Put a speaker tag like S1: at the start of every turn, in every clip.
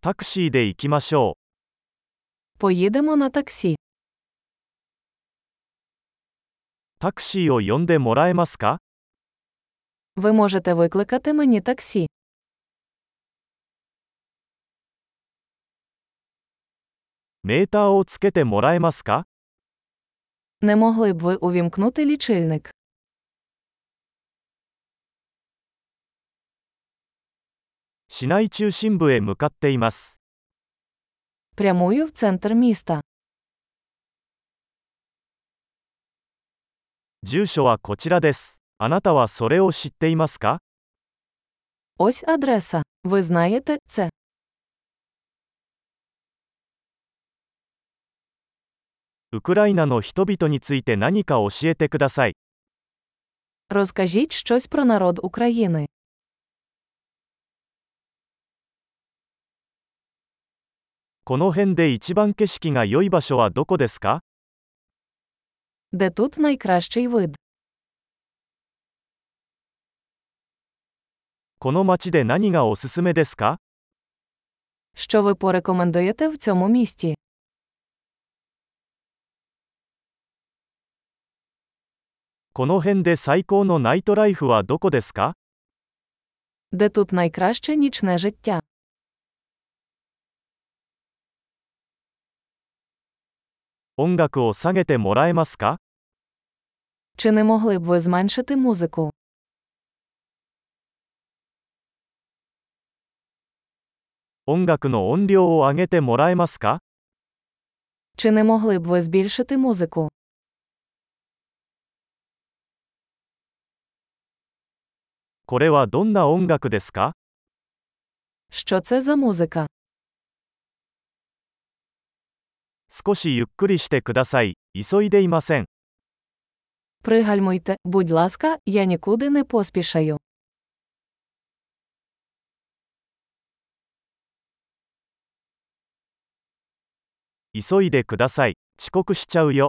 S1: タクシーで行きましょ
S2: Поїдемо на таксі.
S1: う。タクシーを呼んでもらえますか
S2: Ви можете викликати мені таксі.
S1: メーターをつけてもらえますか
S2: Не могли б ви увімкнути лічильник?
S1: 市内中心部へ向かっています。
S2: Прямую в центр міста.
S1: 住所はこちらです。あなたはそれを知っていますか
S2: Ось адреса. Ви знаєте це.
S1: ウクライナの人々について何か教えてください。
S2: Розкажіть щось про народ України.
S1: この辺で一番景色が良い場所はどこですか
S2: Де тут найкращий вид?
S1: この街で何がおすすめですか
S2: Що ви порекомендуєте в цьому місті?
S1: この辺で最高のナイトライフはどこですか
S2: Де тут найкраще нічне життя?
S1: 音楽を下げてもらえますか
S2: Чи не могли б ви зменшити музику?
S1: 音楽の音量を上げてもらえますか
S2: Чи не могли б ви збільшити музику?
S1: これはどんな音楽ですか
S2: Що це за музика?
S1: 少しゆっくりしてください。急いでいません。
S2: Пригальмуйте, будь ласка, я нікуди не поспішаю.
S1: 急いでください。遅刻しちゃうよ。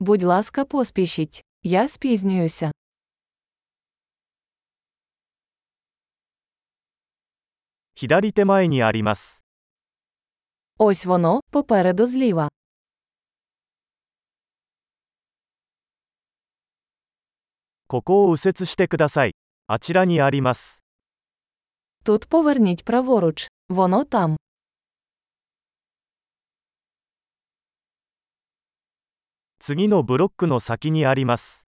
S2: Будь ласка, поспішіть. Я спізнююся.
S1: 左手前にあります。
S2: Ось воно, попереду зліва.
S1: ここを右折してください。あちらにあります。
S2: Тут поверніть праворуч. Воно там.
S1: 次のブロックの先にあります。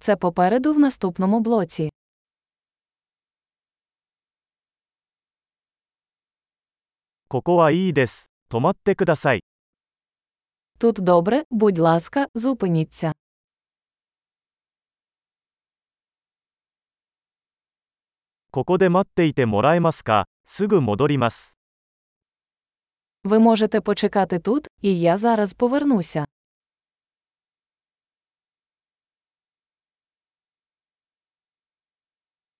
S2: Це попереду в наступному блоці.
S1: ここはいいです。止まってください。
S2: Тут добре, будь ласка, зупиніться.
S1: ここで待っていてもらえますかすぐ戻ります。
S2: Ви можете почекати тут, і я зараз повернуся.